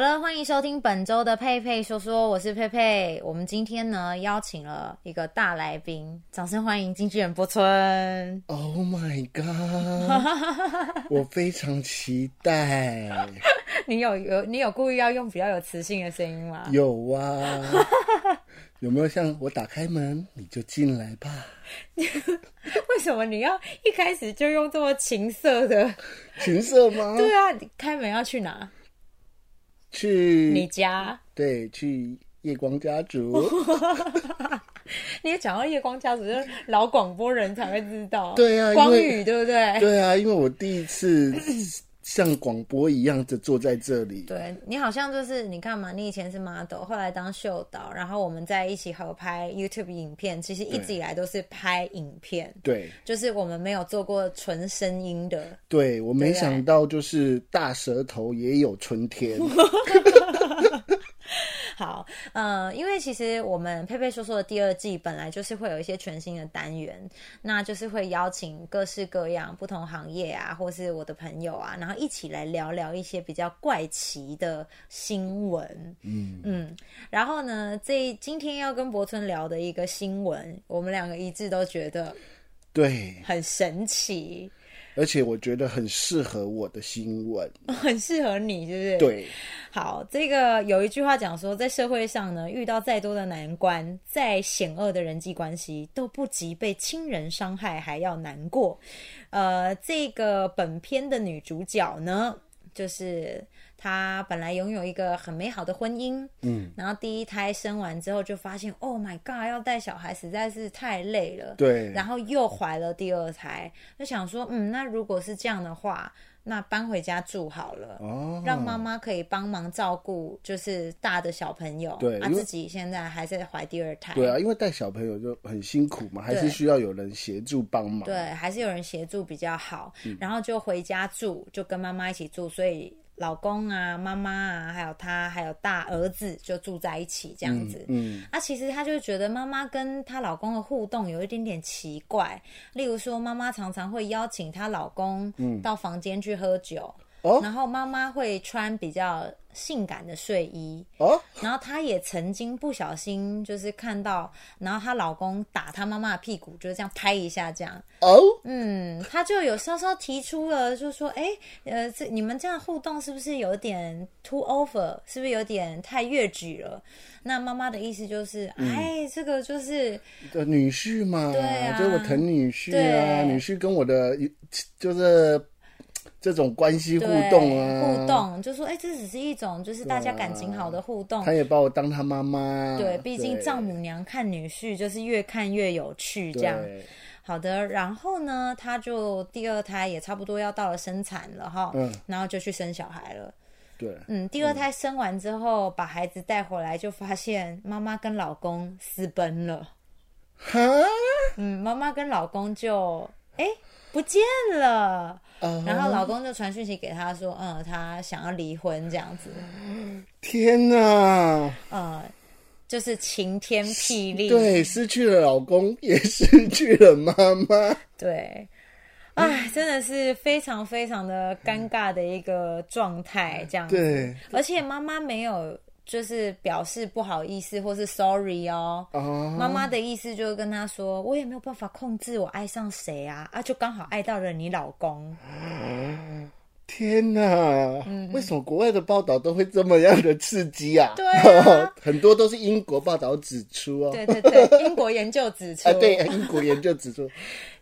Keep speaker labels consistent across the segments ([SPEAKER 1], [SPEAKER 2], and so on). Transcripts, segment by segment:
[SPEAKER 1] 了，欢迎收听本周的佩佩说说，我是佩佩。我们今天呢邀请了一个大来宾，掌声欢迎经纪人博春。
[SPEAKER 2] Oh my god！我 非常期待。
[SPEAKER 1] 你有有你有故意要用比较有磁性的声音吗？
[SPEAKER 2] 有 啊，有没有像我打开门你就进来吧？
[SPEAKER 1] 为什么你要一开始就用这么情色的？
[SPEAKER 2] 情色 吗？
[SPEAKER 1] 对啊，你开门要去哪？你哦
[SPEAKER 2] 去
[SPEAKER 1] 家？
[SPEAKER 2] 对去夜光家族。
[SPEAKER 1] 你讲到夜光家族，就是老广播人才会知道。
[SPEAKER 2] 对啊因为
[SPEAKER 1] 光宇对不对？
[SPEAKER 2] 对啊，因为我第一次 像广播一样的坐在这里。
[SPEAKER 1] 对你好像就是你看嘛，你以前是 model，后来当秀导，然后我们在一起合拍 YouTube 影片，其实一直以来都是拍影片，
[SPEAKER 2] 对
[SPEAKER 1] 就是我们没有做过纯声音的。
[SPEAKER 2] 对，我没
[SPEAKER 1] 对
[SPEAKER 2] 想到就是大舌头也有春 天。
[SPEAKER 1] 好，呃，因为其实我们佩佩说说的第二季本来就是会有一些全新的单元，那就是会邀请各式各样不同行业啊，或是我的朋友啊，然后一起来聊聊一些比较怪奇的新闻。
[SPEAKER 2] 嗯，
[SPEAKER 1] 嗯，然后呢，这今天要跟博春聊的一个新闻，我们两个一致都觉得
[SPEAKER 2] 对，
[SPEAKER 1] 很神奇，
[SPEAKER 2] 而且我觉得很适合我的新闻。
[SPEAKER 1] 很适合你，是不是？。
[SPEAKER 2] 对，
[SPEAKER 1] 好，这个有一句话讲说，在社会上呢，遇到再多的难关，再险恶的人际关系，都不及被亲人伤害还要难过。呃，这个本片的女主角呢，就是她本来拥有一个很美好的婚姻，
[SPEAKER 2] 嗯，
[SPEAKER 1] 然后第一胎生完之后就发现，Oh my God，要带小孩实在是太累了，
[SPEAKER 2] 对，
[SPEAKER 1] 然后又怀了第二胎，就想说，嗯，那如果是这样的话，那搬回家住好了。
[SPEAKER 2] 哦，
[SPEAKER 1] 让妈妈可以帮忙照顾，就是大的小朋友，
[SPEAKER 2] 对
[SPEAKER 1] 啊，
[SPEAKER 2] 因为
[SPEAKER 1] 自己现在还在怀第二胎，
[SPEAKER 2] 对啊，因为带小朋友就很辛苦嘛，还是需要有人协助帮忙。
[SPEAKER 1] 对，还是有人协助比较好，
[SPEAKER 2] 嗯
[SPEAKER 1] 然后就回家住，就跟妈妈一起住，所以老公啊、妈妈啊，还有他，还有大儿子就住在一起这样子。
[SPEAKER 2] 嗯，
[SPEAKER 1] 那、其实她就觉得妈妈跟她老公的互动有一点点奇怪，例如说妈妈常常会邀请她老公到房间去喝酒，
[SPEAKER 2] 嗯哦
[SPEAKER 1] 然后妈妈会穿比较性感的睡衣，
[SPEAKER 2] 哦，
[SPEAKER 1] 然后她也曾经不小心就是看到，然后她老公打她妈妈的屁股，就是这样拍一下这样，
[SPEAKER 2] 哦，
[SPEAKER 1] 嗯，她就有稍稍提出了，就说，哎，呃，这你们这样互动是不是有点 too over，是不是有点太越矩了？那妈妈的意思就是，
[SPEAKER 2] 嗯
[SPEAKER 1] 哎，这个就是
[SPEAKER 2] 呃女婿嘛，
[SPEAKER 1] 对啊
[SPEAKER 2] 就我疼女婿啊，
[SPEAKER 1] 对
[SPEAKER 2] 女婿跟我的就是这种关系互动啊，
[SPEAKER 1] 对互，动，就说，哎，这只是一种就是大家感情好的互动，
[SPEAKER 2] 他也把我当他妈妈。
[SPEAKER 1] 对，毕竟丈母娘看女婿就是越看越有趣这样。
[SPEAKER 2] 对
[SPEAKER 1] 好的，然后呢，她就第二胎也差不多要到了生产了哈，
[SPEAKER 2] 嗯
[SPEAKER 1] 然后就去生小孩了。
[SPEAKER 2] 对，
[SPEAKER 1] 嗯，第二胎生完之后，把孩子带回来，就发现妈妈跟老公私奔了。
[SPEAKER 2] 哈
[SPEAKER 1] 嗯，妈妈跟老公就哎不见了，
[SPEAKER 2] 啊，
[SPEAKER 1] 然后老公就传讯息给她说，嗯，他想要离婚这样子，
[SPEAKER 2] 天哪！
[SPEAKER 1] 嗯，就是晴天霹雳，
[SPEAKER 2] 对，失去了老公，也失去了妈妈。
[SPEAKER 1] 对，哎，真的是非常非常的尴尬的一个状态，这样子。
[SPEAKER 2] 对，
[SPEAKER 1] 而且妈妈没有就是表示不好意思或是 sorry 哦。
[SPEAKER 2] 啊，
[SPEAKER 1] 妈妈的意思就是跟他说，我也没有办法控制我爱上谁啊，啊，就刚好爱到了你老公。
[SPEAKER 2] 天呐！为什么国外的报道都会这么样的刺激啊？
[SPEAKER 1] 嗯对啊
[SPEAKER 2] 很多都是英国报道指出哦。
[SPEAKER 1] 对对对，英国研究指出，
[SPEAKER 2] 啊，对，英国研究 指出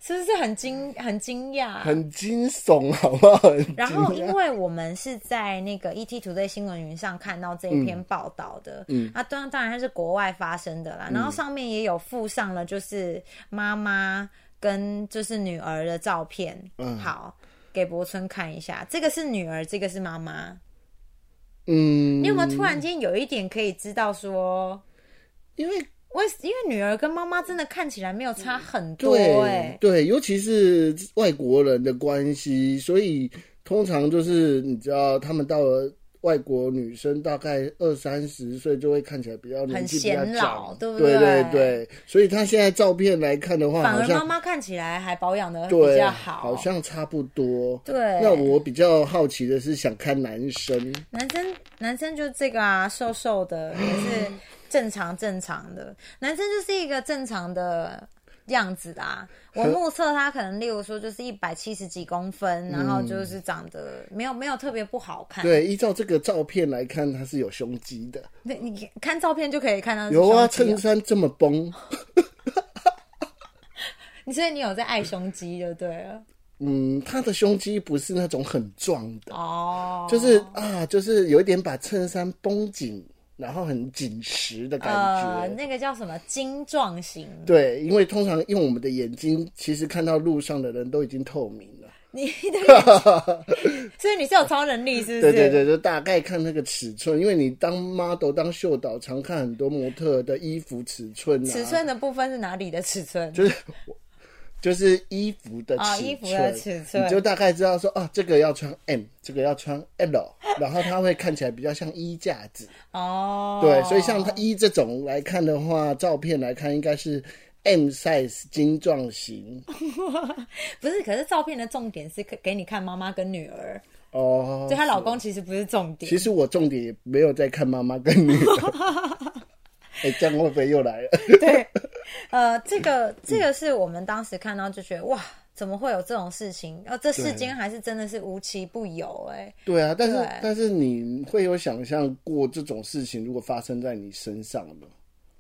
[SPEAKER 1] 是不是很惊很惊讶？
[SPEAKER 2] 很惊悚，好不好？很惊
[SPEAKER 1] 然后，因
[SPEAKER 2] 讶。
[SPEAKER 1] 为我们是在那个 ET Today 新闻云上看到这一篇报道的，嗯，啊，当然当然它是国外发生的
[SPEAKER 2] 嗯
[SPEAKER 1] 啦，然后上面也有附上了就是妈妈跟就是女儿的照片，
[SPEAKER 2] 嗯
[SPEAKER 1] 好，给博春看一下，这个是女儿，这个是妈妈，
[SPEAKER 2] 嗯，
[SPEAKER 1] 你有没有突然间有一点可以知道说，
[SPEAKER 2] 因为
[SPEAKER 1] 为因为女儿跟妈妈真的看起来没有差很多、
[SPEAKER 2] 对
[SPEAKER 1] 哎，
[SPEAKER 2] 对，尤其是外国人的关系，所以通常就是你知道，他们到了外国女生大概二三十岁就会看起来比较年纪比较
[SPEAKER 1] 很显老
[SPEAKER 2] 长，
[SPEAKER 1] 对不
[SPEAKER 2] 对？
[SPEAKER 1] 对
[SPEAKER 2] 对对，所以她现在照片来看的话，
[SPEAKER 1] 反
[SPEAKER 2] 好
[SPEAKER 1] 而妈
[SPEAKER 2] 像
[SPEAKER 1] 妈看起来还保养的比
[SPEAKER 2] 对，
[SPEAKER 1] 较
[SPEAKER 2] 好像差不多。
[SPEAKER 1] 对，
[SPEAKER 2] 那我比较好奇的是，想看男生，
[SPEAKER 1] 男生男生就这个啊，瘦瘦的也是
[SPEAKER 2] 嗯
[SPEAKER 1] 正常正常的，男生就是一个正常的样子啊。我目测他可能，例如说就是一百七十几公分，然后就是长得没有没有特别不好看。，
[SPEAKER 2] 嗯对，依照这个照片来看，他是有胸肌的，
[SPEAKER 1] 那你看照片就可以看到是
[SPEAKER 2] 有
[SPEAKER 1] 胸
[SPEAKER 2] 啊，
[SPEAKER 1] 肌
[SPEAKER 2] 衬
[SPEAKER 1] 哦
[SPEAKER 2] 衫这么崩，
[SPEAKER 1] 你所以你有在爱胸肌就对了
[SPEAKER 2] 嗯，他的胸肌不是那种很壮的。
[SPEAKER 1] 哦，
[SPEAKER 2] 就是啊，就是有一点把衬衫绷紧，然后很紧实的感觉。
[SPEAKER 1] 呃那个叫什么精壮 型，
[SPEAKER 2] 对，因为通常用我们的眼睛，其实看到路上的人都已经透明了。
[SPEAKER 1] 你的眼睛所以你是有超能力是不
[SPEAKER 2] 对
[SPEAKER 1] 是？
[SPEAKER 2] 对对，就大概看那个尺寸，因为你当 model 当秀导，常看很多模特的衣服尺寸啊，
[SPEAKER 1] 尺寸的部分是哪里的尺寸？
[SPEAKER 2] 就是就是衣服的尺寸，
[SPEAKER 1] 哦衣服的尺寸
[SPEAKER 2] 你就大概知道说啊，这个要穿 M，这个要穿 L，然后它会看起来比较像衣架子。
[SPEAKER 1] 哦，
[SPEAKER 2] 对，所以像他依这种来看的话，照片来看应该是 M size 精壮型
[SPEAKER 1] 不是，可是照片的重点是给给你看妈妈跟女儿，
[SPEAKER 2] 哦
[SPEAKER 1] 就。她老公其实不是重点
[SPEAKER 2] 其。实我重点也没有在看妈妈跟女儿。 哎、这样会不会又来了？
[SPEAKER 1] 对，呃，这个这个是我们当时看到就觉得哇，怎么会有这种事情？呃，这世间还是真的是无奇不有哎、
[SPEAKER 2] 对啊，但是
[SPEAKER 1] 对
[SPEAKER 2] 但是你会有想象过这种事情如果发生在你身上吗？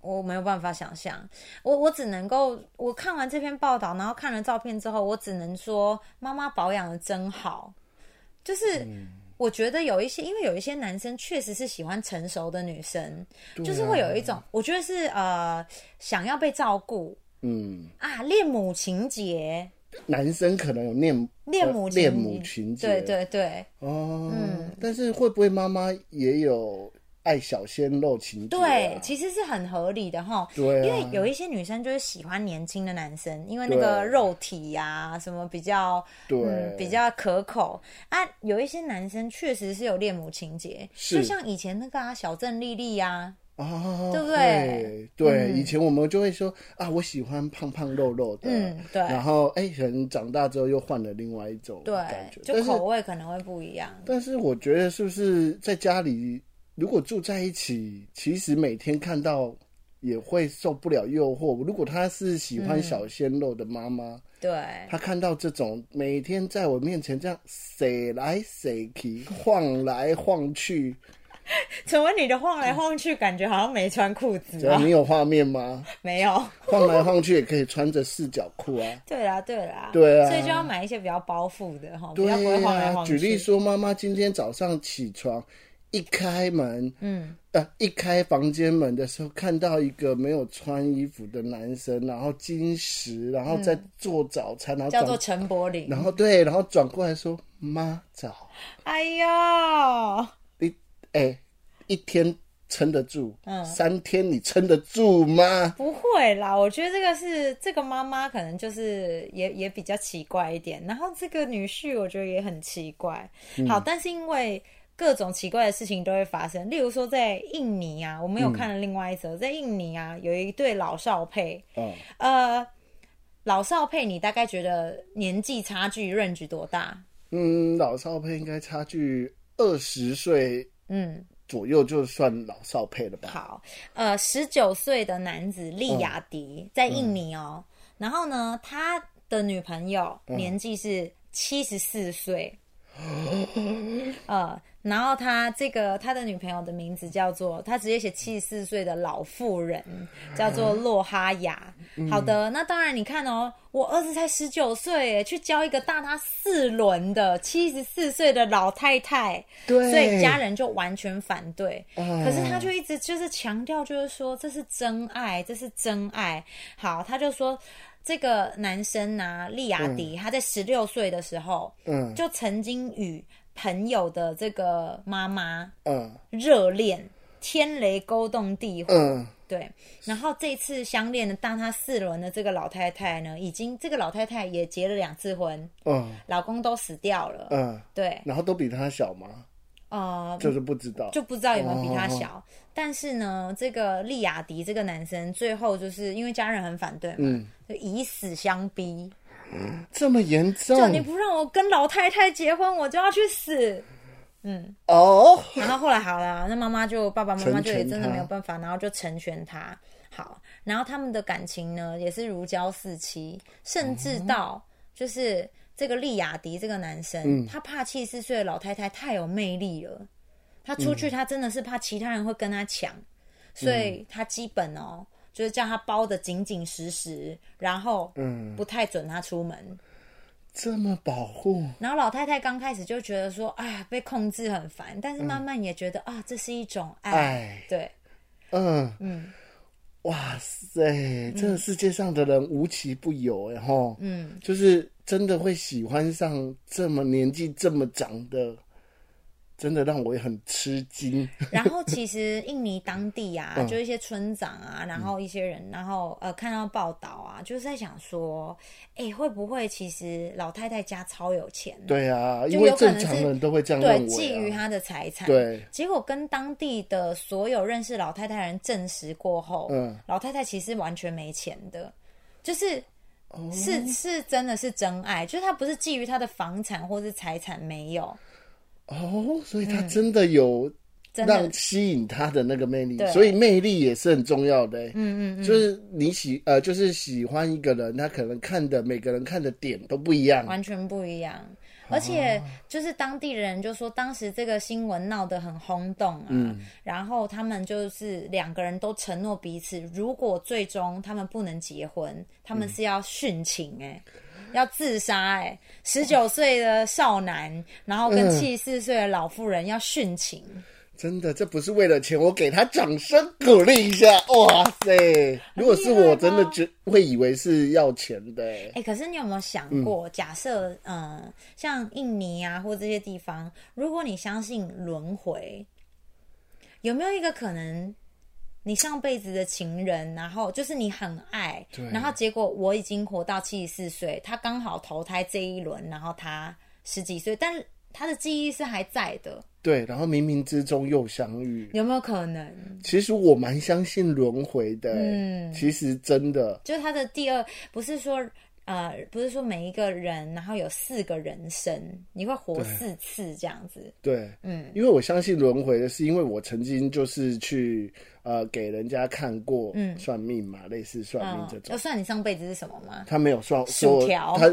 [SPEAKER 1] 我没有办法想象，我我只能够我看完这篇报道，然后看了照片之后，我只能说妈妈保养的真好。就是
[SPEAKER 2] 嗯
[SPEAKER 1] 我觉得有一些，因为有一些男生确实是喜欢成熟的女生，
[SPEAKER 2] 啊
[SPEAKER 1] 就是会有一种，我觉得是呃想要被照顾
[SPEAKER 2] 嗯，
[SPEAKER 1] 啊，恋母情节，
[SPEAKER 2] 男生可能有恋
[SPEAKER 1] 恋母
[SPEAKER 2] 呃
[SPEAKER 1] 情
[SPEAKER 2] 恋母情节，
[SPEAKER 1] 对嗯对对
[SPEAKER 2] 哦，但是会不会妈妈也有爱小鲜肉情节、啊？
[SPEAKER 1] 对，其实是很合理的哈。
[SPEAKER 2] 对啊
[SPEAKER 1] 因为有一些女生就是喜欢年轻的男生，因为那个
[SPEAKER 2] 对啊
[SPEAKER 1] 肉体呀、什么比较
[SPEAKER 2] 对
[SPEAKER 1] 嗯、比较可口啊。有一些男生确实是有恋母情节，
[SPEAKER 2] 是
[SPEAKER 1] 就像以前那个啊小郑丽丽呀，
[SPEAKER 2] 啊，
[SPEAKER 1] 对不嗯对
[SPEAKER 2] 对？对，以前我们就会说啊，我喜欢胖胖肉肉的，
[SPEAKER 1] 嗯对
[SPEAKER 2] 然后哎，可能长大之后又换了另外一种感
[SPEAKER 1] 对
[SPEAKER 2] 觉，，
[SPEAKER 1] 就
[SPEAKER 2] 但是
[SPEAKER 1] 口味可能会不一样。
[SPEAKER 2] 但是我觉得是不是在家里如果住在一起，其实每天看到也会受不了诱惑。如果她是喜欢小鲜肉的妈妈，
[SPEAKER 1] 对，
[SPEAKER 2] 她看到这种每天在我面前这样谁来谁去、晃来晃去，
[SPEAKER 1] 陈文你的晃来晃去，感觉好像没穿裤子
[SPEAKER 2] 只要
[SPEAKER 1] 啊，
[SPEAKER 2] 你有画面吗？
[SPEAKER 1] 没有。
[SPEAKER 2] 晃来晃去也可以穿着四角裤啊。
[SPEAKER 1] 对啦，对啦，
[SPEAKER 2] 对啊
[SPEAKER 1] 所以就要买一些比较包覆的哈，比
[SPEAKER 2] 对
[SPEAKER 1] 较不会晃来
[SPEAKER 2] 呀、
[SPEAKER 1] 晃去。
[SPEAKER 2] 举例说，妈妈今天早上起床，一开门，
[SPEAKER 1] 嗯，
[SPEAKER 2] 呃，一开房间门的时候，看到一个没有穿衣服的男生，然后金石，然后在做早餐，然后
[SPEAKER 1] 叫
[SPEAKER 2] 转，
[SPEAKER 1] 做陈柏霖，
[SPEAKER 2] 然后对，然后转过来说：“妈早，
[SPEAKER 1] 哎呦，
[SPEAKER 2] 你哎、一天撑得住，
[SPEAKER 1] 嗯
[SPEAKER 2] 三天你撑得住吗
[SPEAKER 1] 不会啦，我觉得这个是这个妈妈可能就是也也比较奇怪一点，然后这个女婿我觉得也很奇怪。好，但是因为各种奇怪的事情都会发生，例如说在印尼啊，我们有看了另外一则，在印尼啊有一对老少配，？”
[SPEAKER 2] 嗯，
[SPEAKER 1] 呃，老少配你大概觉得年纪差距 range 多大？
[SPEAKER 2] 嗯，老少配应该差距二十岁
[SPEAKER 1] 嗯，
[SPEAKER 2] 左右就算老少配了吧？
[SPEAKER 1] 好，呃，十九岁的男子利雅迪、在印尼哦，然后呢，他的女朋友年纪是七十四岁， 呃，然后他这个他的女朋友的名字叫做，他直接写七十四岁的老妇人，叫做洛哈雅。好的，那当然你看哦，我儿子才十九岁耶，去交一个大他四轮的七十四岁的老太太，
[SPEAKER 2] 对
[SPEAKER 1] 所以家人就完全反对。
[SPEAKER 2] 啊
[SPEAKER 1] 可是他就一直就是强调，就是说这是真爱，这是真爱。好，他就说这个男生呐、利亚迪，他在十六岁的时候，
[SPEAKER 2] 嗯
[SPEAKER 1] 就曾经与朋友的这个妈妈
[SPEAKER 2] 嗯
[SPEAKER 1] 热恋，天雷勾动地火。
[SPEAKER 2] 嗯，
[SPEAKER 1] 对，然后这次相恋的大他四轮的这个老太太呢，已经这个老太太也结了两次婚，
[SPEAKER 2] 哦，
[SPEAKER 1] 老公都死掉了。
[SPEAKER 2] 嗯。
[SPEAKER 1] 对，
[SPEAKER 2] 然后都比他小吗？
[SPEAKER 1] 呃，
[SPEAKER 2] 就是不知道。
[SPEAKER 1] 就不知道有没有比他小。但是呢，这个利雅迪这个男生最后就是因为家人很反对嘛，就以死相逼，
[SPEAKER 2] 这么严重
[SPEAKER 1] 就你不让我跟老太太结婚，我就要去死。
[SPEAKER 2] 哦？
[SPEAKER 1] 然后后来好了，那妈妈就爸爸妈妈就也真的没有办法，然后就成全他。好，然后他们的感情呢也是如胶似漆，甚至到就是这个利雅迪这个男生，他怕七十岁的老太太太有魅力了，他出去他真的是怕其他人会跟他抢，所以他基本哦就是叫他包的紧紧实实，然后
[SPEAKER 2] 嗯，
[SPEAKER 1] 不太准他出门。
[SPEAKER 2] 这么保护，
[SPEAKER 1] 然后老太太刚开始就觉得说，哎呀，被控制很烦，但是慢慢也觉得、啊，这是一种爱。
[SPEAKER 2] 嗯哎，
[SPEAKER 1] 对，
[SPEAKER 2] 嗯
[SPEAKER 1] 嗯，
[SPEAKER 2] 哇塞，这个世界上的人无奇不有哎吼，
[SPEAKER 1] 嗯，
[SPEAKER 2] 就是真的会喜欢上这么年纪这么长的，真的让我也很吃 惊。
[SPEAKER 1] 然后其实印尼当地啊，
[SPEAKER 2] 嗯
[SPEAKER 1] 就一些村长啊，然后一些人，然后呃，看到报道啊，就是在想说，哎，会不会其实老太太家超有钱？
[SPEAKER 2] 对啊，
[SPEAKER 1] 就
[SPEAKER 2] 因为
[SPEAKER 1] 有可能
[SPEAKER 2] 正
[SPEAKER 1] 是
[SPEAKER 2] 常人都会这样
[SPEAKER 1] 对，
[SPEAKER 2] 认
[SPEAKER 1] 觊
[SPEAKER 2] 为
[SPEAKER 1] 觎
[SPEAKER 2] 啊。
[SPEAKER 1] 她的财产。，
[SPEAKER 2] 对，
[SPEAKER 1] 结果跟当地的所有认识老太太的人证实过后，
[SPEAKER 2] 嗯，
[SPEAKER 1] 老太太其实完全没钱的，就是。是是，真的是真爱，就是她不是觊觎她的房产或是财产没有，
[SPEAKER 2] 哦，所以他
[SPEAKER 1] 嗯
[SPEAKER 2] 真的有
[SPEAKER 1] 真的
[SPEAKER 2] 让吸引他的那个魅力
[SPEAKER 1] 对，
[SPEAKER 2] 所以魅力也是很重要的欸。嗯嗯嗯，就是你喜呃，就是喜欢一个人，他可能看的每个人看的点都不一样。
[SPEAKER 1] 完全不一样。而且就是当地人就说，当时这个新闻闹得很轰动啊，然后他们就是两个人都承诺彼此，如果最终他们不能结婚，他们是要殉情哎、要自杀哎、十九岁的少男，然后跟七十四岁的老妇人要殉情，
[SPEAKER 2] 真的，这不是为了钱，我给他掌声鼓励一下。哇塞！如果是我，真的觉会以为是要钱的欸。
[SPEAKER 1] 哎、可是你有没有想过，假设嗯、呃像印尼啊或这些地方，如果你相信轮回，有没有一个可能，你上辈子的情人，然后就是你很爱
[SPEAKER 2] 对，
[SPEAKER 1] 然后结果我已经活到七十四岁，他刚好投胎这一轮，然后他十几岁，但他的记忆是还在的，
[SPEAKER 2] 对，然后冥冥之中又相遇。
[SPEAKER 1] 有没有可能？
[SPEAKER 2] 其实我蛮相信轮回的欸。
[SPEAKER 1] 嗯
[SPEAKER 2] 其实真的，
[SPEAKER 1] 就是他的第二，不是说。呃，不是说每一个人，然后有四个人生，你会活
[SPEAKER 2] 对
[SPEAKER 1] 四次这样子。
[SPEAKER 2] 对，
[SPEAKER 1] 嗯，
[SPEAKER 2] 因为我相信轮回的是，因为我曾经就是去呃给人家看过
[SPEAKER 1] 嗯
[SPEAKER 2] 算命嘛，类似算命这种
[SPEAKER 1] 要，算你上辈子是什么吗？
[SPEAKER 2] 他没有算
[SPEAKER 1] 薯
[SPEAKER 2] 说
[SPEAKER 1] 条
[SPEAKER 2] 他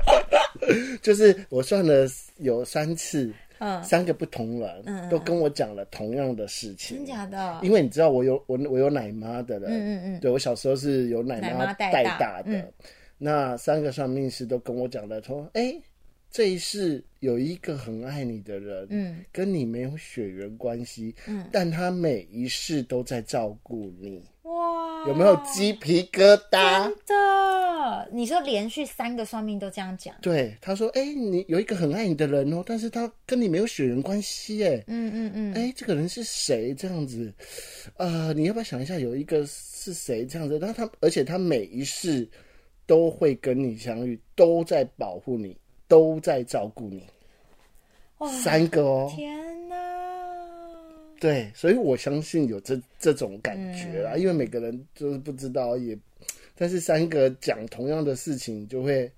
[SPEAKER 2] 就是我算了有三次，
[SPEAKER 1] 嗯，
[SPEAKER 2] 三个不同人、都跟我讲了同样的事情
[SPEAKER 1] 真。假的？
[SPEAKER 2] 因为你知道我有我我有奶妈的人，
[SPEAKER 1] 啊嗯嗯嗯
[SPEAKER 2] 对我小时候是有奶
[SPEAKER 1] 奶妈带
[SPEAKER 2] 带
[SPEAKER 1] 大嗯
[SPEAKER 2] 大的，那三个算命师都跟我讲了，说，哎、这一世有一个很爱你的人，
[SPEAKER 1] 嗯，
[SPEAKER 2] 跟你没有血缘关系，嗯，但他每一世都在照顾你，
[SPEAKER 1] 哇，
[SPEAKER 2] 有没有鸡皮疙瘩？
[SPEAKER 1] 哦真的？你说连续三个算命都这样讲，
[SPEAKER 2] 对，他说，哎、你有一个很爱你的人哦，但是他跟你没有血缘关系，哎，
[SPEAKER 1] 嗯嗯嗯，
[SPEAKER 2] 哎、这个人是谁？这样子，呃，你要不要想一下，有一个是谁这样子？然后他，而且他每一世都会跟你相遇，都在保护你，都在照顾你，
[SPEAKER 1] 哇，
[SPEAKER 2] 三个哦。
[SPEAKER 1] 天哪！
[SPEAKER 2] 对，所以我相信有这这种感
[SPEAKER 1] 嗯
[SPEAKER 2] 觉啦，因为每个人就是不知道也，但是三个讲同样的事情，就会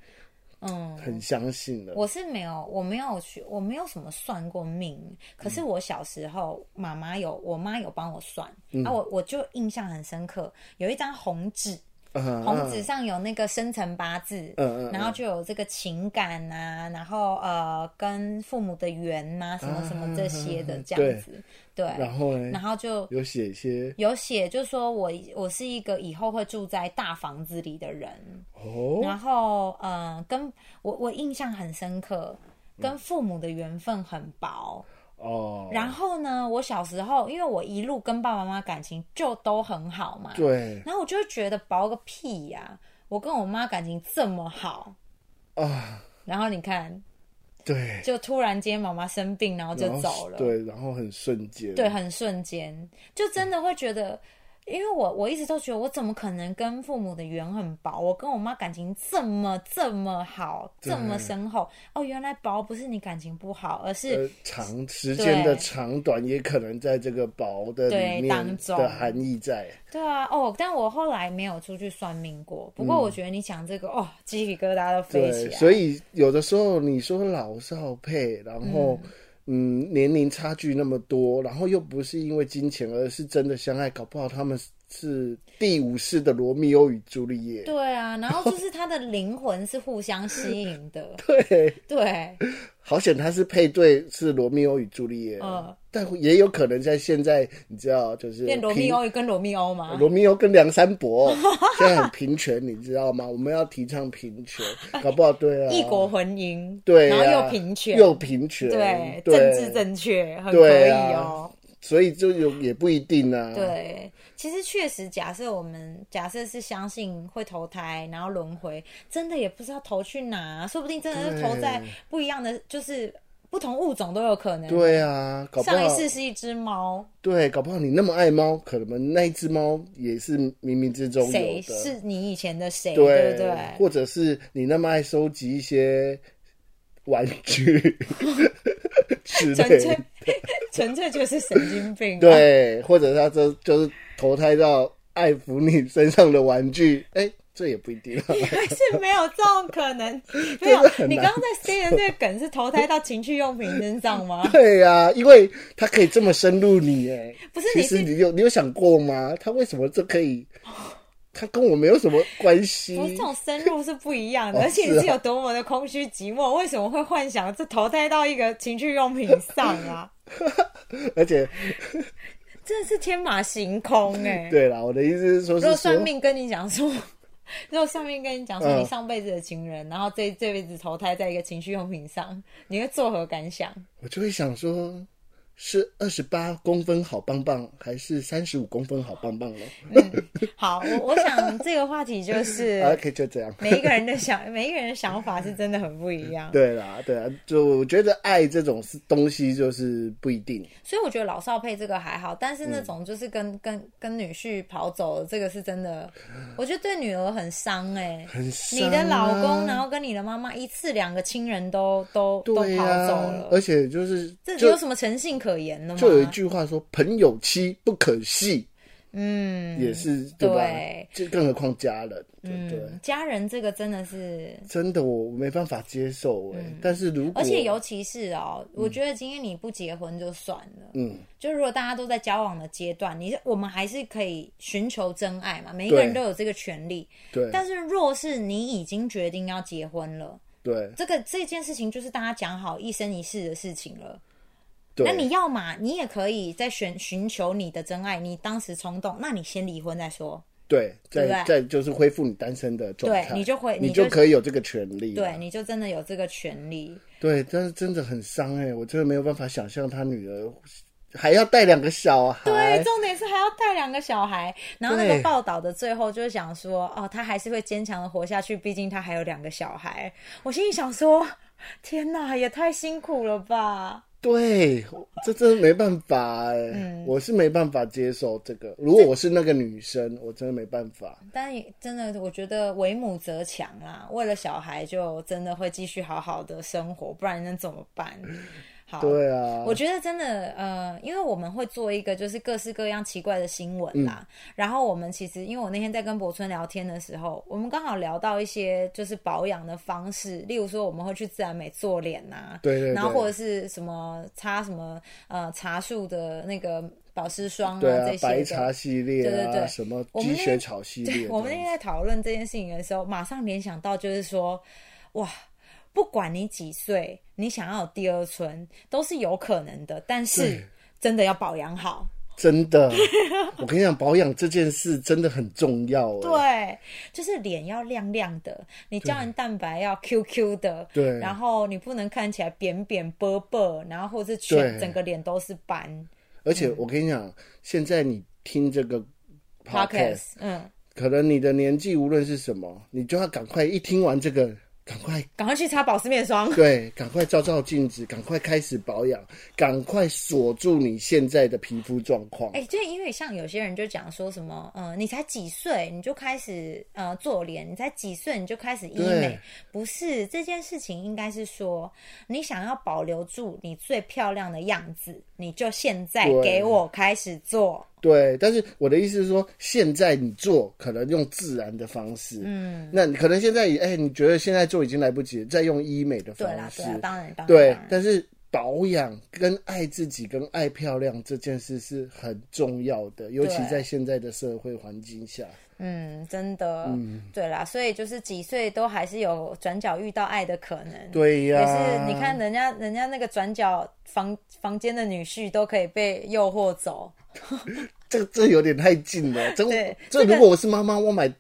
[SPEAKER 1] 嗯，
[SPEAKER 2] 很相信了。
[SPEAKER 1] 我是没有，我没有去，我没有什么算过命。可
[SPEAKER 2] 嗯
[SPEAKER 1] 是我小时候，妈妈有，我妈有帮我算，啊，我我就印象很深刻，有一张红纸，
[SPEAKER 2] 嗯
[SPEAKER 1] 红纸上有那个生辰八字，
[SPEAKER 2] 嗯嗯
[SPEAKER 1] 然后就有这个情感啊，然后呃，跟父母的缘呐、什么什么这些
[SPEAKER 2] 啊嗯
[SPEAKER 1] 的这样子，对，
[SPEAKER 2] 然后呢
[SPEAKER 1] 然，后就
[SPEAKER 2] 有写一些
[SPEAKER 1] 有写，就说我我是一个以后会住在大房子里的人，
[SPEAKER 2] 哦，
[SPEAKER 1] 然后嗯、呃跟我我印象很深刻，跟父母的缘分很薄。
[SPEAKER 2] 哦，
[SPEAKER 1] 然后呢，我小时候因为我一路跟爸爸妈妈感情就都很好嘛，
[SPEAKER 2] 对
[SPEAKER 1] 然后我就会觉得薄个屁呀、我跟我妈感情这么好，
[SPEAKER 2] 啊，
[SPEAKER 1] 然后你看，
[SPEAKER 2] 对，
[SPEAKER 1] 就突然间妈妈生病，然后就
[SPEAKER 2] 然后
[SPEAKER 1] 走了，
[SPEAKER 2] 对，然后很瞬间，
[SPEAKER 1] 对，很瞬间，就真的会觉得。因为我我一直都觉得我怎么可能跟父母的缘很薄？我跟我妈感情这么这么好，
[SPEAKER 2] 对
[SPEAKER 1] 这么深厚哦，原来薄不是你感情不好，而是
[SPEAKER 2] 呃，长时间的
[SPEAKER 1] 对
[SPEAKER 2] 长短也可能在这个薄的
[SPEAKER 1] 对
[SPEAKER 2] 里面
[SPEAKER 1] 当中
[SPEAKER 2] 的含义在。
[SPEAKER 1] 对啊哦。但我后来没有出去算命过，不过我觉得你讲这个、哦，鸡皮疙瘩都飞起
[SPEAKER 2] 嗯对，
[SPEAKER 1] 来。
[SPEAKER 2] 所以有的时候你说老少配，然后嗯年龄差距那么多，然后又不是因为金钱，而是真的相爱，搞不好他们是第五世的罗密欧与朱丽叶。，
[SPEAKER 1] 对啊，然后就是他的灵魂是互相吸引的
[SPEAKER 2] 对，
[SPEAKER 1] 对，
[SPEAKER 2] 好险他是配对是罗密欧与朱丽叶，
[SPEAKER 1] 嗯
[SPEAKER 2] 但也有可能在现在你知道就是
[SPEAKER 1] 变罗密
[SPEAKER 2] 平
[SPEAKER 1] 欧跟罗密欧嘛，
[SPEAKER 2] 罗密欧跟梁山 伯现在很平权，你知道吗？我们要提倡平权，搞不好对啊，
[SPEAKER 1] 哎异国婚姻，
[SPEAKER 2] 对啊、
[SPEAKER 1] 然后又平权，
[SPEAKER 2] 又平权，
[SPEAKER 1] 对，
[SPEAKER 2] 对
[SPEAKER 1] 政治正确，很可
[SPEAKER 2] 对
[SPEAKER 1] 以
[SPEAKER 2] 啊
[SPEAKER 1] 哦。
[SPEAKER 2] 所以就有也不一定啊。，
[SPEAKER 1] 对，其实确实，假设我们假设是相信会投胎，然后轮回，真的也不知道投去哪，说不定真的是投在
[SPEAKER 2] 对
[SPEAKER 1] 不一样的，就是不同物种都有可能。
[SPEAKER 2] 对啊，搞不
[SPEAKER 1] 上
[SPEAKER 2] 好
[SPEAKER 1] 一世是一只猫，
[SPEAKER 2] 对，搞不好你那么爱猫，可能那一只猫也是冥冥之中有
[SPEAKER 1] 谁
[SPEAKER 2] 的，
[SPEAKER 1] 是你以前的谁，
[SPEAKER 2] 对
[SPEAKER 1] 对不对？
[SPEAKER 2] 或者是你那么爱收集一些玩 具之
[SPEAKER 1] 纯
[SPEAKER 2] 类的
[SPEAKER 1] 粹 纯粹就是神经病、啊。
[SPEAKER 2] 对，或者他这就是投胎到爱抚你身上的玩具，哎、这也不一 定、啊。
[SPEAKER 1] 还是没有这种可 能，没有。你刚刚在塞的这个梗是投胎到情趣用品身上 吗？
[SPEAKER 2] 对呀、因为他可以这么深入你，哎，
[SPEAKER 1] 不是
[SPEAKER 2] 其
[SPEAKER 1] 你
[SPEAKER 2] 实
[SPEAKER 1] 是
[SPEAKER 2] 你有你有想过吗？他为什么这可以？他跟我没有什么关系
[SPEAKER 1] 不。是这种深入是不一样的，
[SPEAKER 2] 哦
[SPEAKER 1] 而且
[SPEAKER 2] 是
[SPEAKER 1] 你
[SPEAKER 2] 啊
[SPEAKER 1] 是有多么的空虚寂寞，为什么会幻想这投胎到一个情趣用品上 啊？
[SPEAKER 2] 而且，
[SPEAKER 1] 真的是天马行空哎、
[SPEAKER 2] 对啦，我的意思是说，
[SPEAKER 1] 如
[SPEAKER 2] 是
[SPEAKER 1] 果
[SPEAKER 2] 说
[SPEAKER 1] 算命跟你讲说，如果算命跟你讲说
[SPEAKER 2] 嗯
[SPEAKER 1] 你上辈子的情人，然后这这辈子投胎在一个情趣用品上，你会作何感想？
[SPEAKER 2] 我就会想说，是二十八公分好棒棒，还是三十五公分好棒棒呢？
[SPEAKER 1] 好，我我想这个话题就
[SPEAKER 2] 啊，
[SPEAKER 1] 是
[SPEAKER 2] 可以就这样。
[SPEAKER 1] 每一个人的想，每一个人的想法是真的很不一样。
[SPEAKER 2] 对啦，对啊，就我觉得爱这种是东西，就是不一定。
[SPEAKER 1] 所以我觉得老少配这个还好，但是那
[SPEAKER 2] 嗯
[SPEAKER 1] 种就是跟、跟跟女婿跑走了，这个是真的，我觉得对女儿很伤哎、
[SPEAKER 2] 很伤啊
[SPEAKER 1] 你的老公，然后跟你的妈妈一次两个亲人都都都
[SPEAKER 2] 对
[SPEAKER 1] 跑
[SPEAKER 2] 呀、
[SPEAKER 1] 走了，
[SPEAKER 2] 而且就是
[SPEAKER 1] 这有
[SPEAKER 2] 就
[SPEAKER 1] 什么啊诚信可言的吗？
[SPEAKER 2] 就有一句话说“朋友妻不可戏”，
[SPEAKER 1] 嗯，
[SPEAKER 2] 也是对吧？
[SPEAKER 1] 对，
[SPEAKER 2] 就更何况家人，对不对？
[SPEAKER 1] 嗯，家人这个真的是。
[SPEAKER 2] 真的我我没办法接受哎、但是如果
[SPEAKER 1] 嗯而且尤其是哦，我觉得今天你不结婚就算了，
[SPEAKER 2] 嗯，
[SPEAKER 1] 就如果大家都在交往的阶段，你是我们还是可以寻求真爱嘛，每一个
[SPEAKER 2] 对
[SPEAKER 1] 人都有这个权利。
[SPEAKER 2] 对
[SPEAKER 1] 但是若是你已经决定要结婚了，
[SPEAKER 2] 对
[SPEAKER 1] 这个这件事情就是大家讲好一生一世的事情了。
[SPEAKER 2] 对，
[SPEAKER 1] 那你要嘛，你也可以再寻寻求你的真爱，你当时冲动，那你先离婚再说。
[SPEAKER 2] 对
[SPEAKER 1] 对不
[SPEAKER 2] 再
[SPEAKER 1] 对
[SPEAKER 2] 再就是恢复你单身的状态，
[SPEAKER 1] 对你就会
[SPEAKER 2] 你
[SPEAKER 1] 你就
[SPEAKER 2] 可以有这个权利，
[SPEAKER 1] 对，你就真的有这个权利。
[SPEAKER 2] 对，但是真的很伤哎、我真的没有办法想象他女儿还要带两个小孩
[SPEAKER 1] 对，，重点是还要带两个小孩。然后那
[SPEAKER 2] 哎对
[SPEAKER 1] 个报道的最后就是想说，哦，他还是会坚强的活下去，毕竟他还有两个小孩。我心里想说， 天哪，也太辛苦了吧！
[SPEAKER 2] 对，这真的没办法哎、
[SPEAKER 1] 嗯
[SPEAKER 2] 我是没办法接受这个。如果我是那个女生，我真的没办法。
[SPEAKER 1] 但也真的，我觉得为母则强啦。为了小孩，就真的会继续好好的生活，不然能怎么办？好，
[SPEAKER 2] 对啊，
[SPEAKER 1] 我觉得真的，呃，因为我们会做一个就是各式各样奇怪的新闻啦。
[SPEAKER 2] 嗯
[SPEAKER 1] 然后我们其实，因为我那天在跟博春聊天的时候，我们刚好聊到一些就是保养的方式，例如说我们会去自然美做脸呐、
[SPEAKER 2] 对对对
[SPEAKER 1] 然后或者是什么擦什么呃茶树的那个保湿霜啊
[SPEAKER 2] 对啊
[SPEAKER 1] 这，些
[SPEAKER 2] 白
[SPEAKER 1] 的。
[SPEAKER 2] 茶系列啊，
[SPEAKER 1] 对对对
[SPEAKER 2] 什么
[SPEAKER 1] 我们
[SPEAKER 2] 鸡
[SPEAKER 1] 那
[SPEAKER 2] 血
[SPEAKER 1] 天
[SPEAKER 2] 草系列
[SPEAKER 1] 对，
[SPEAKER 2] 的，
[SPEAKER 1] 我们那天在讨论这件事情的时候，马上联想到就是说，哇，不管你几岁，你想要有第二春都是有可能的，但是
[SPEAKER 2] 对
[SPEAKER 1] 真的要保养好。
[SPEAKER 2] 真的，我跟你讲，保养这件事真的很重要。哎，
[SPEAKER 1] 对，啊就是脸要亮亮的，你胶原蛋白要 QQ 的，
[SPEAKER 2] 对
[SPEAKER 1] 然后你不能看起来扁扁波波，然后或是全
[SPEAKER 2] 对
[SPEAKER 1] 整个脸都是斑。
[SPEAKER 2] 而且我跟你讲，现在你听这个 podcast，
[SPEAKER 1] 嗯，
[SPEAKER 2] 可能你的年纪无论是什么，你就要赶快一听完这个，赶快
[SPEAKER 1] 赶快去擦保湿面霜。
[SPEAKER 2] 对，赶快照照镜子，赶快开始保养，赶快锁住你现在的皮肤状况。
[SPEAKER 1] 哎、就因为像有些人就讲说什么，呃，你才几岁你就开始呃做脸，你才几岁你就开始医美
[SPEAKER 2] 对，
[SPEAKER 1] 不是这件事情应该是说，你想要保留住你最漂亮的样子，你就现在
[SPEAKER 2] 对
[SPEAKER 1] 给我开始做。
[SPEAKER 2] 对，但是我的意思是说，现在你做可能用自然的方式，嗯，那你可能现在也哎、你觉得现在做已经来不及了，再用医美的
[SPEAKER 1] 对
[SPEAKER 2] 方
[SPEAKER 1] 啦，
[SPEAKER 2] 式
[SPEAKER 1] 对，啦，当然，当然，
[SPEAKER 2] 哦对
[SPEAKER 1] 当然，
[SPEAKER 2] 但是保养跟爱自己、跟爱漂亮这件事是很重要的，尤其
[SPEAKER 1] 对
[SPEAKER 2] 在现在的社会环境下。
[SPEAKER 1] 嗯，真的，对啦，所以就是几岁都还是有转角遇到爱的可能。
[SPEAKER 2] 对呀、
[SPEAKER 1] 也是，你看人家人家那个转角房房间的女婿都可以被诱惑走，
[SPEAKER 2] 这这有点太近了，真
[SPEAKER 1] 对
[SPEAKER 2] 这
[SPEAKER 1] 这个
[SPEAKER 2] 如果我是妈妈，我买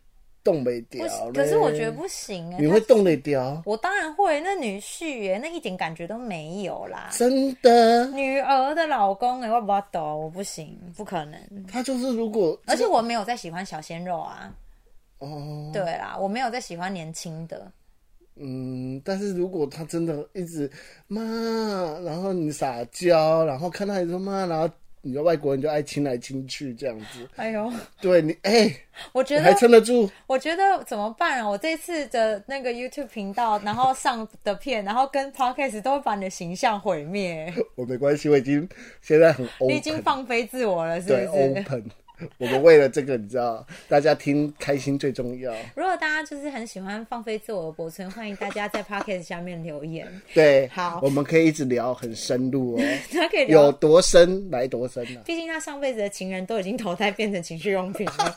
[SPEAKER 2] 冻没
[SPEAKER 1] 不
[SPEAKER 2] 掉
[SPEAKER 1] 是，
[SPEAKER 2] 嘞。
[SPEAKER 1] 可是我觉得不行哎、
[SPEAKER 2] 你会冻得掉，
[SPEAKER 1] 我当然会，那女婿耶，那一点感觉都没有啦。
[SPEAKER 2] 真的，
[SPEAKER 1] 女儿的老公哎，我不懂，我不行，不可能。
[SPEAKER 2] 他就是如果
[SPEAKER 1] 而且我没有在喜欢小鲜肉啊，
[SPEAKER 2] 哦，
[SPEAKER 1] 对啦，我没有在喜欢年轻的。
[SPEAKER 2] 嗯，但是如果他真的一直妈，然后你撒娇，然后看到你说妈，然后你的外国人就爱亲来亲去这样子，
[SPEAKER 1] 哎呦，
[SPEAKER 2] 对你，哎、
[SPEAKER 1] 我
[SPEAKER 2] 你
[SPEAKER 1] 觉
[SPEAKER 2] 还
[SPEAKER 1] 得，
[SPEAKER 2] 撑得住？
[SPEAKER 1] 我觉得怎么办啊？我这次的那个 YouTube 频道，然后上的片，然后跟 Podcast 都会把你的形象毁灭。
[SPEAKER 2] 我没关系，我已经现在很 open，
[SPEAKER 1] 你已经放飞自我了，是
[SPEAKER 2] 对哦
[SPEAKER 1] 不是？
[SPEAKER 2] open。我们为了这个，你知道，大家听开心最重要。
[SPEAKER 1] 如果大家就是很喜欢放飞自我的博村，欢迎大家在 Podcast 下面留言，
[SPEAKER 2] 对，
[SPEAKER 1] 好
[SPEAKER 2] 我们可以一直聊很 深入哦，
[SPEAKER 1] 大家可以
[SPEAKER 2] 有
[SPEAKER 1] 聊。
[SPEAKER 2] 多深来多深啊。
[SPEAKER 1] 毕竟他上辈子的情人都已经投胎变成情趣用品 了。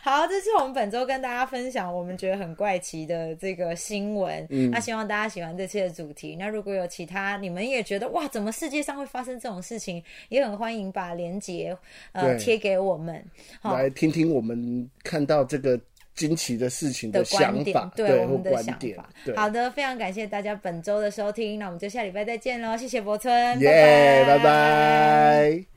[SPEAKER 1] 好，这是我们本周跟大家分享我们觉得很怪奇的这个新闻。
[SPEAKER 2] 嗯
[SPEAKER 1] 那希望大家喜欢这期的主题。那如果有其他你们也觉得哇，怎么世界上会发生这种事情，也很欢迎把链接呃
[SPEAKER 2] 对
[SPEAKER 1] 贴给我们。好，
[SPEAKER 2] 来听听我们看到这个惊奇的事情
[SPEAKER 1] 的观
[SPEAKER 2] 想
[SPEAKER 1] 点
[SPEAKER 2] 法，，
[SPEAKER 1] 我
[SPEAKER 2] 或
[SPEAKER 1] 们的
[SPEAKER 2] 观
[SPEAKER 1] 想
[SPEAKER 2] 点
[SPEAKER 1] 法，。
[SPEAKER 2] 对，
[SPEAKER 1] 好的，非常感谢大家本周的收听，那我们就下礼拜再见喽，谢谢博村，
[SPEAKER 2] 耶，拜拜。